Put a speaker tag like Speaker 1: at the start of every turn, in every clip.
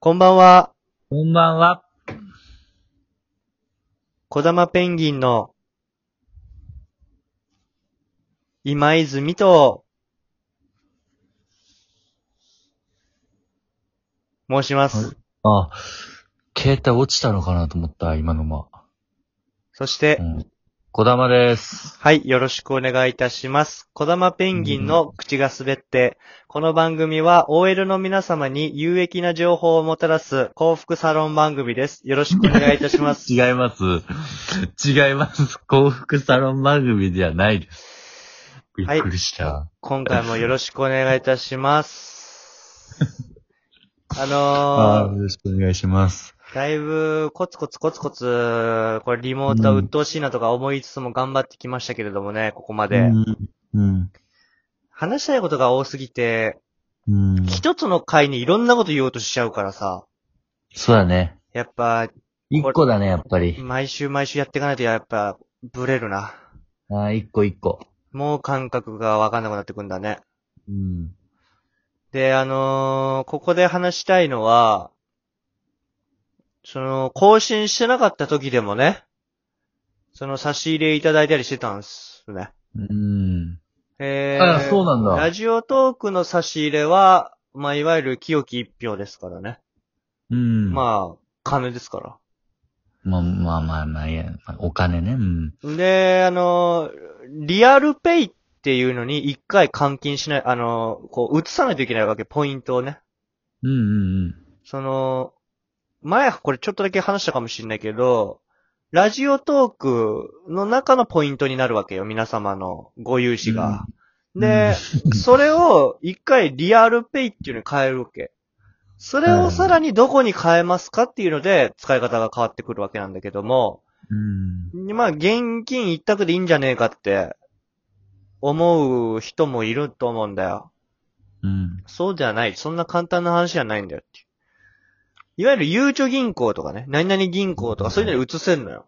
Speaker 1: こんばんは、
Speaker 2: こんばんは。
Speaker 1: 小玉ペンギンの、今泉と、申します。
Speaker 2: はいあ、携帯落ちたのかなと思った、今のま。
Speaker 1: そして、
Speaker 2: うん。小玉です。
Speaker 1: はい、よろしくお願いいたします。小玉ペンギンの口が滑って、この番組は OL の皆様に有益な情報をもたらす幸福サロン番組です。よろしくお願いいたします。
Speaker 2: 違います。違います。幸福サロン番組ではないです。びっ
Speaker 1: はい
Speaker 2: くりした。
Speaker 1: 今回もよろしくお願いいたし ます。あ
Speaker 2: あ
Speaker 1: の
Speaker 2: あ、
Speaker 1: ー
Speaker 2: よろしくお願いします。
Speaker 1: だいぶ、コツコツコツコツ、これリモートは鬱陶しいなとか思いつつも頑張ってきましたけれどもね、ここま
Speaker 2: う
Speaker 1: で。
Speaker 2: ん。うん。
Speaker 1: 話したいことが多すぎて、
Speaker 2: うん。
Speaker 1: 一つの回にいろんなこと言おうとしちゃうからさ、
Speaker 2: そうだね。
Speaker 1: やっぱ、
Speaker 2: 一個だね、やっぱり。
Speaker 1: 毎週毎週やっていかないとやっぱ、ブレるな。
Speaker 2: ああ、一個一個。
Speaker 1: もう感覚がわかんなくなってくんだね。
Speaker 2: うん。
Speaker 1: で、あのーここで話したいのは、その、更新してなかった時でもね、その差し入れいただいたりしてたんですね。
Speaker 2: うん。
Speaker 1: えー、
Speaker 2: ああ、そうなん
Speaker 1: ラ
Speaker 2: だ。
Speaker 1: ジオトークの差し入れは、まあ、いわゆる清き一票ですからね。
Speaker 2: うん。まあ。
Speaker 1: まあ、金ですか
Speaker 2: まあまあまあまあ、いや、まあお金ね。うん。
Speaker 1: ら。で、あの、リアルペイっていうのに一回換金しない、あの、こう、移さないといけないわけ、ポイントをね。
Speaker 2: うんうんうん。
Speaker 1: その、前これちょっとだけ話したかもしれないけど、ラジオトークの中のポイントになるわけよ、皆様のご融資が。
Speaker 2: うん
Speaker 1: で、それを一回リアルペイっていうのに変えるわけ。それをさらにどこに変えますかっていうので、使い方が変わってくるわけなんだけども、
Speaker 2: うん。
Speaker 1: まあ、現金一択でいいんじゃねえかって、思う人もいると思うんだよ。
Speaker 2: うん。
Speaker 1: そうじゃない。そんな簡単な話じゃないんだよっていう。いわゆるゆうちょ銀行とかね、何々銀行とかそういうのに移せんのよ。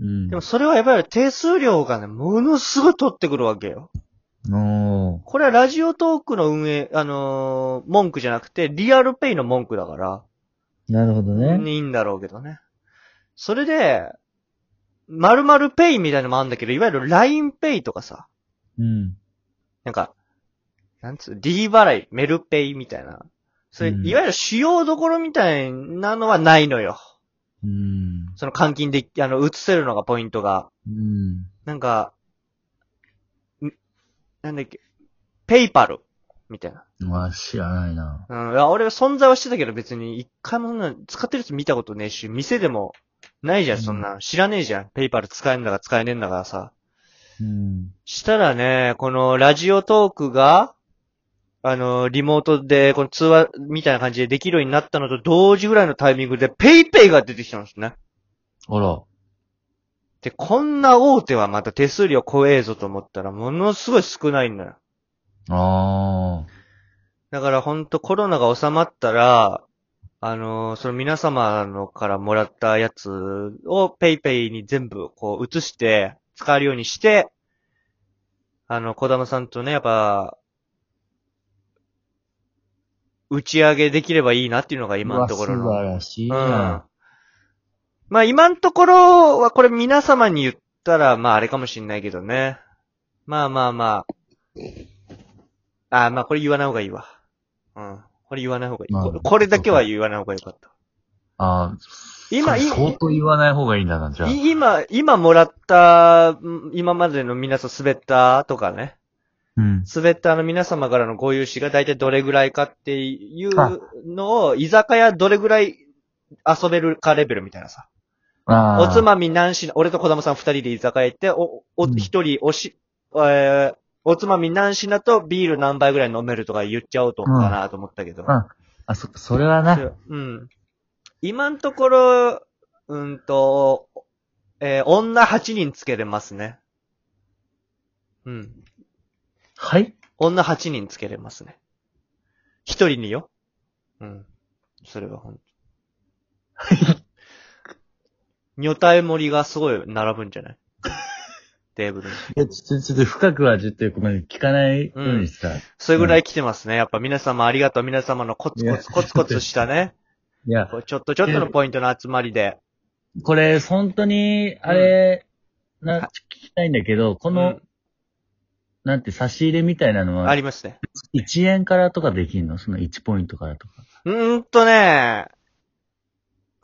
Speaker 2: うん
Speaker 1: でもそれはやっぱり手数料がね、ものすごい取ってくるわけよ。
Speaker 2: おー。
Speaker 1: これはラジオトークの運営、あのー文句じゃなくて、リアルペイの文句だか
Speaker 2: なるほど
Speaker 1: ら、
Speaker 2: ね。
Speaker 1: いいんだろうけどね。それで、〇〇ペイみたいなのもあるんだけど、いわゆる LINE ペイとかさ、
Speaker 2: うん。
Speaker 1: なんか、なんつう、D 払い、メルペイみたいな。それ、
Speaker 2: うん
Speaker 1: いわゆる主要どころみたいなのはないのよ。
Speaker 2: うん。
Speaker 1: その換金で、あの、移せるのがポイントが。
Speaker 2: うん。
Speaker 1: なんか、んなんだっけ、ペイパル、みたいな。
Speaker 2: まあ、知らないな。
Speaker 1: うん、いや俺は存在はしてたけど別に一回もそんな使ってる人見たことねえし、店でもないじゃん、
Speaker 2: うん
Speaker 1: そんな。知らねえじゃん。ペイパル使えんだか使えねえんだからさ。
Speaker 2: うん。
Speaker 1: したらね、このラジオトークが、あの、リモートで、この通話みたいな感じでできるようになったのと同時ぐらいのタイミングで、ペイペイが出てきたんですね。
Speaker 2: あら。
Speaker 1: で、こんな大手はまた手数料怖えぞと思ったら、ものすごい少ないんだよ。
Speaker 2: ああ。
Speaker 1: だからほんとコロナが収まったら、あのその皆様のからもらったやつをペイペイに全部こう移して、使えるようにして、あの、小玉さんとね、やっぱ、打ち上げできればいいなっていうのが今のところ
Speaker 2: うわ素
Speaker 1: の。
Speaker 2: 晴らし
Speaker 1: う
Speaker 2: い
Speaker 1: ん
Speaker 2: な。。
Speaker 1: まあ今のところはこれ皆様に言ったら、まああれかもしんないけどね。まあまあまあ。あーまあこれ言わない方がいいわ。うん。これ言わない方がいい。
Speaker 2: まあ
Speaker 1: これこれだけは言わない方がよかった。
Speaker 2: ああ。
Speaker 1: 今、い
Speaker 2: 相当言わない方がいいんだな、じゃあ。
Speaker 1: い今、今もらった、ん今までの皆さん滑ったとかね。
Speaker 2: うん。
Speaker 1: スベッターの皆様からのご融資が大体どれぐらいかっていう
Speaker 2: あ
Speaker 1: のを、居酒屋どれぐらい遊べるかレベルみたいなさ。
Speaker 2: ああ。
Speaker 1: おつまみ何品、俺と小玉さん二人で居酒屋行って、お、お、
Speaker 2: うん
Speaker 1: 一人おし、えー、おつまみ何品とビール何杯ぐらい飲めるとか言っちゃおうと思ったなと思ったけど。
Speaker 2: うんあ、そ、それはな。
Speaker 1: うん。今のところ、うんと、えー女8人つけれますね。うん。
Speaker 2: はい
Speaker 1: 女8人つけれますね。1人によ。うん。それは ほんと。女体盛りがすごい並ぶんじゃないテーブルに。
Speaker 2: いや、ちょっと、ちょっと深くはちょっとごめん、聞かないようにした。
Speaker 1: それぐらい来てますね。やっぱ皆様ありがとう。皆様のコツコツコツコツしたね。
Speaker 2: いや、
Speaker 1: こうちょっとちょっとのポイントの集まりで。
Speaker 2: これ、本当に、あれ、な、聞きたいんだけど、この、
Speaker 1: うん
Speaker 2: なんて差し入れみたいなの
Speaker 1: あ
Speaker 2: は、
Speaker 1: りますね。
Speaker 2: 1円からとかできんのその1ポイントからとか。
Speaker 1: うーんとね、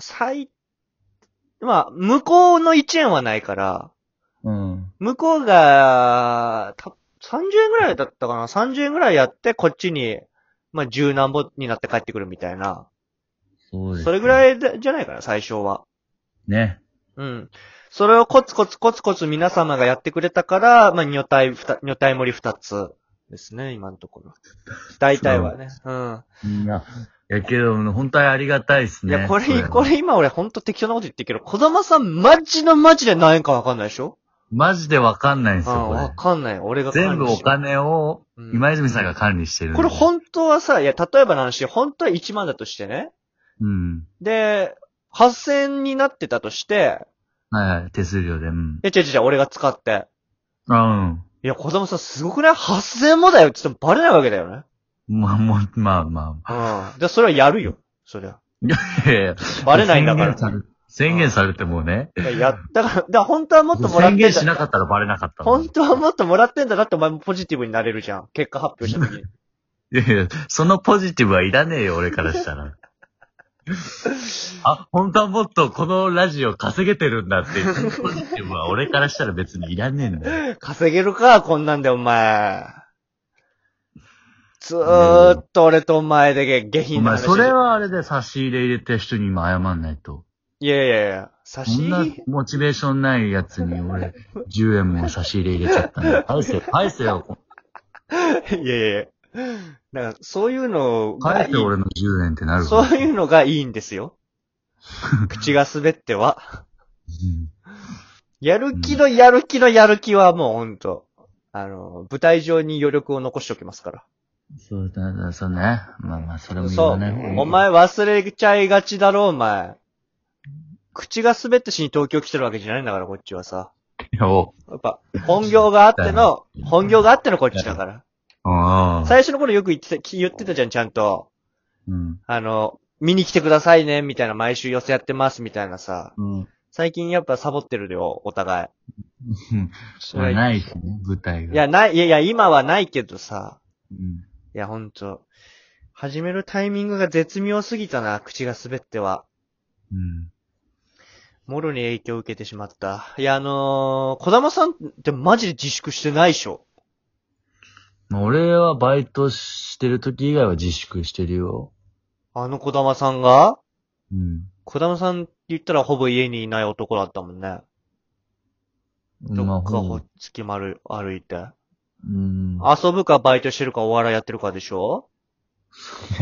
Speaker 1: 最、まあ、向こうの1円はないから、
Speaker 2: うん。
Speaker 1: 向こうが、た30円ぐらいだったかな ?30 円ぐらいやって、こっちに、まあ、十何本になって帰ってくるみたいな。
Speaker 2: そうです、
Speaker 1: それぐ
Speaker 2: い。
Speaker 1: らいでじゃないかな、最初は。
Speaker 2: ね。
Speaker 1: うん。それをコツコツコツコツ皆様がやってくれたから、まあ、女体二つ、女体盛り二つですね、今のところ。大体はね。うん。
Speaker 2: みんな。いやけど、本当にありがたいです
Speaker 1: い
Speaker 2: ね。
Speaker 1: や、これ、
Speaker 2: は
Speaker 1: こ。れ今俺ほんと適当なこと言ってるけど、小玉さんマジのマジで何円かわかんないでしょ
Speaker 2: マジでわかんないんです
Speaker 1: あ
Speaker 2: よ、
Speaker 1: あ
Speaker 2: これ
Speaker 1: わ。かんない。俺が管理
Speaker 2: 全部お
Speaker 1: してる
Speaker 2: 金を、
Speaker 1: うん
Speaker 2: 今泉さんが管理してるんで。
Speaker 1: これ本当はさ、いや、例えばの話、本当は1万だとしてね。
Speaker 2: うん。
Speaker 1: で、8000円になってたとして、
Speaker 2: はいはい、手数料で。うん。
Speaker 1: え、違う違う違う、俺が使って。
Speaker 2: あうん。
Speaker 1: いや、小玉さんすごくない ?8000 円もだよって言ってもバレないわけだよね。
Speaker 2: まあ、もう、まあま
Speaker 1: うん。で、それはやるよ。そりゃ。
Speaker 2: あ。いやいや
Speaker 1: バレないんだから。
Speaker 2: 宣言され宣言されてもね。
Speaker 1: やったから、だから本当はもっともらって
Speaker 2: 宣
Speaker 1: んだ
Speaker 2: 言しなかったらバレなかったの。
Speaker 1: 本当はもっともらってんだなってお前もポジティブになれるじゃん。結果発表した 時に。
Speaker 2: いやいや、 そのポジティブはいらねえよ、俺からしたら。あ、本当はもっとこのラジオ稼げてるんだっていう、そのポジティブは俺からしたら別にいらねえんだよ。
Speaker 1: 稼げるか、こんなんでお前。ずーっと俺とお前だけ下
Speaker 2: お
Speaker 1: 品な
Speaker 2: 前、
Speaker 1: 話。
Speaker 2: それはあれで差し入れ入れて人に今謝んないと。
Speaker 1: いやいやいや、差
Speaker 2: こ
Speaker 1: し
Speaker 2: んなモチベーションないやつに俺、10円も差し入れ入れちゃったんだ。返せよ、返せよ。
Speaker 1: いやいやいや。なんか、そういうのが
Speaker 2: 返
Speaker 1: い
Speaker 2: せ
Speaker 1: い
Speaker 2: よ、俺の10円ってなるか
Speaker 1: そ
Speaker 2: ら
Speaker 1: ういうのがいいんですよ。口が滑っては。
Speaker 2: うん
Speaker 1: やる気のやる気のやる気はもうほんと。あの、舞台上に余力を残しておきますから。
Speaker 2: そうだな、そうね。まあまあ、それも言
Speaker 1: そ
Speaker 2: わ
Speaker 1: う
Speaker 2: ない方がいい。。
Speaker 1: お前忘れちゃいがちだろ、お前。口が滑って死に東京来てるわけじゃないんだから、こっちはさ。
Speaker 2: いや。お
Speaker 1: やっぱ、本業があ っての、本業があってのこっちだから。
Speaker 2: ああ。
Speaker 1: 最初の頃よく言ってた、言ってたじゃん、ちゃんと。
Speaker 2: うん。
Speaker 1: あの、見に来てくださいね、みたいな、毎週寄せやってます、みたいなさ。
Speaker 2: うん。
Speaker 1: 最近やっぱサボってるよ、お互い。それ
Speaker 2: ないしね、舞台が。
Speaker 1: いや、ない、いやいや、今はないけどさ。
Speaker 2: うん。
Speaker 1: いや、ほんと。始めるタイミングが絶妙すぎたな、口が滑っては。
Speaker 2: うん。
Speaker 1: もろに影響を受けてしまった。いや、あのー、小玉さんってマジで自粛してないでしょ。
Speaker 2: まあ俺はバイトしてる時以外は自粛してるよ。
Speaker 1: あの小玉さんが
Speaker 2: うん。
Speaker 1: 小玉さんって言ったらほぼ家にいない男だったもんね。ど
Speaker 2: まあ
Speaker 1: っか
Speaker 2: ほ
Speaker 1: ほ
Speaker 2: ぼ
Speaker 1: っつき丸歩いて。
Speaker 2: うん。
Speaker 1: 遊ぶかバイトしてるかお笑いやってるかでしょ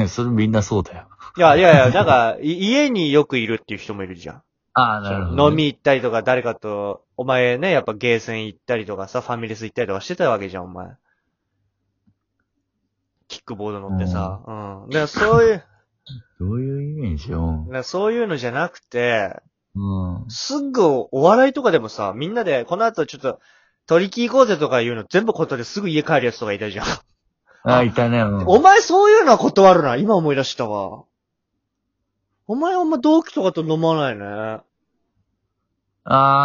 Speaker 2: それみんなそうだよ。
Speaker 1: いやいやい や、なんか、い家によくいるっていう人もいるじゃん。
Speaker 2: ああ、なるほど。
Speaker 1: 飲。み行ったりとか、誰かと、お前ね、やっぱゲーセン行ったりとかさ、ファミレス行ったりとかしてたわけじゃん、お前。キックボード乗ってさ。うん。だからそういう、
Speaker 2: どういうイメージよ
Speaker 1: だ。からそういうのじゃなくて、
Speaker 2: うん。
Speaker 1: すぐお笑いとかでもさ、みんなで、この後ちょっと、取り木行こうぜとか言うの全部断ですぐ家帰るやつとかいたじゃん。
Speaker 2: ああ、いたね。うん
Speaker 1: お前そういうのは断るな。今思い出したわ。お前あんま同期とかと飲まないね。
Speaker 2: あ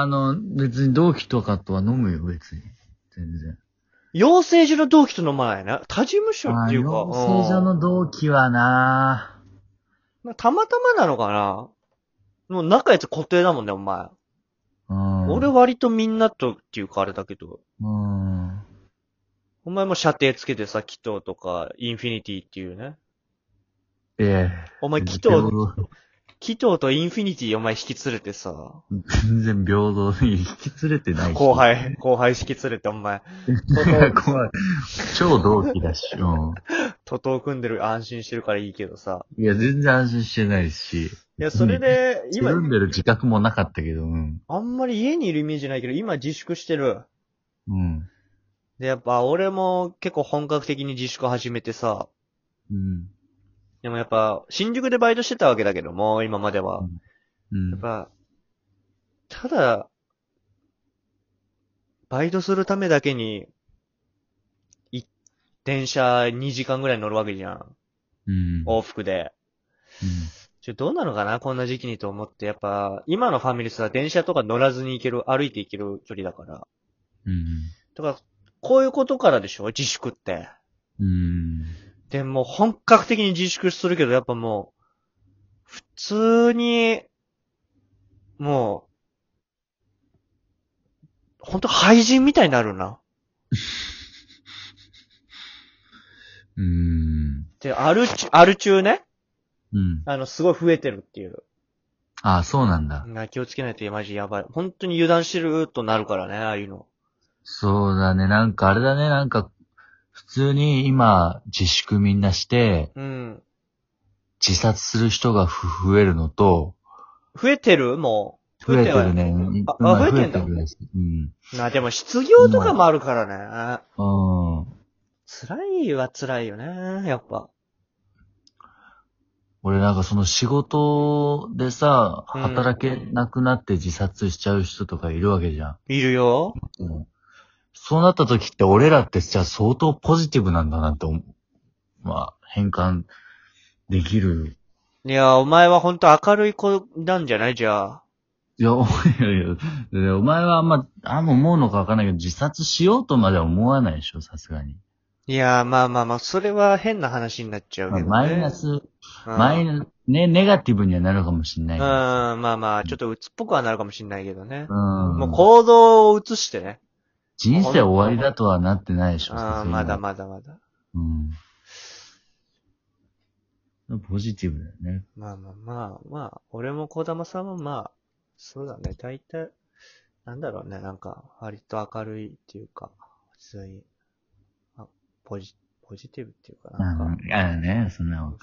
Speaker 2: あの、別に同期とかとは飲むよ、別に。全然。
Speaker 1: 養成所の同期と飲まないね。他事務所っていうか。
Speaker 2: ああ養成所
Speaker 1: うん
Speaker 2: の同期はな
Speaker 1: まあたまたまなのかなもう仲いいやつ固定だもんね、お前。
Speaker 2: うん。
Speaker 1: 俺割とみんなとっていうかあれだけど、
Speaker 2: うん。
Speaker 1: お前も射程つけてさ、キトとか、インフィニティっていうね。
Speaker 2: ええ。
Speaker 1: お前、キ
Speaker 2: 平
Speaker 1: ト、
Speaker 2: 等
Speaker 1: キトとインフィニティお前引き連れてさ、
Speaker 2: 全然平等 に引き連れてないし
Speaker 1: 後。 輩、後輩引き連れてお前、
Speaker 2: 怖い。超同期だし。うん
Speaker 1: 徒党組んでる、安心してるからいいけどさ。
Speaker 2: いや、全然安心してないし。
Speaker 1: いや、それで、今
Speaker 2: 緩、んでる自覚もなかったけど、うん。
Speaker 1: あんまり家にいるイメージないけど、今自粛してる。
Speaker 2: うん。
Speaker 1: で、やっぱ俺も結構本格的に自粛始めてさ、
Speaker 2: うん。
Speaker 1: でもやっぱ、新宿でバイトしてたわけだけども、今までは。
Speaker 2: うん
Speaker 1: やっぱ、ただ、バイトするためだけに、い電車2時間ぐらい乗るわけじゃん。
Speaker 2: うん。
Speaker 1: 往復で。ちょ、どうなのかなこんな時期にと思って。やっぱ、今のファミレスは電車とか乗らずに行ける、歩いて行ける距離だから。
Speaker 2: うん。
Speaker 1: だから、こういうことからでしょ自粛って。
Speaker 2: うん。
Speaker 1: でも、本格的に自粛するけど、やっぱもう、普通に、もう、ほんと廃人みたいになるな。
Speaker 2: うん。
Speaker 1: で、アル チュ、アル中ね、
Speaker 2: うん。
Speaker 1: あの、すごい増えてるっていう。
Speaker 2: ああ、そうなんだ。
Speaker 1: な気をつけないとマジやばい。本当に油断してるとなるからね、ああいうの。
Speaker 2: そうだね。なんかあれだね。なんか、普通に今、自粛みんなして、
Speaker 1: うん。
Speaker 2: 自殺する人がふ増えるのと、
Speaker 1: 増えてるもう。
Speaker 2: 増えてるね。
Speaker 1: 増えて
Speaker 2: 今
Speaker 1: はあ、あ増えてん
Speaker 2: 増える
Speaker 1: だ。
Speaker 2: らしいうん。
Speaker 1: な、でも失業とかもあるからね。
Speaker 2: うん。
Speaker 1: 辛いは辛いよね、やっぱ。
Speaker 2: 俺なんかその仕事でさ、
Speaker 1: うん
Speaker 2: 働けなくなって自殺しちゃう人とかいるわけじゃ
Speaker 1: いるよ。
Speaker 2: ん。そうなった時って俺らってじゃあ相当ポジティブなんだなって思う。まあ、変換できる。
Speaker 1: いや、お前はほんと明るい子なんじゃないじゃあ。
Speaker 2: いや、おいやいやいやお前はあんま、あんま思うのかわかんないけど、自殺しようとまでは思わないでしょ、さすがに。
Speaker 1: いや、まあまあまあ、それは変な話になっちゃう
Speaker 2: まあ
Speaker 1: けど、ね。
Speaker 2: マイナス、
Speaker 1: うん、
Speaker 2: マイナス、ね、ネガティブにはなるかもしんな
Speaker 1: うん、
Speaker 2: いけど。
Speaker 1: まあまあ、ちょっと鬱っぽくはなるかもしんないけどね。
Speaker 2: うん。
Speaker 1: もう行動を移してね。
Speaker 2: 人生終わりだとはなってないでしょ、さすが
Speaker 1: あ
Speaker 2: に
Speaker 1: まだまだまだ。
Speaker 2: 음.うん。ポジティブだよね。
Speaker 1: まあまあまあ、まあ、俺も小玉さんもまあ、そうだね、大体、なんだろうね、なんか、割と明るいっていうか、普
Speaker 2: 아,
Speaker 1: 通に、あポジ、ポジティブっていうか、なんか、
Speaker 2: 네,あのね、そんな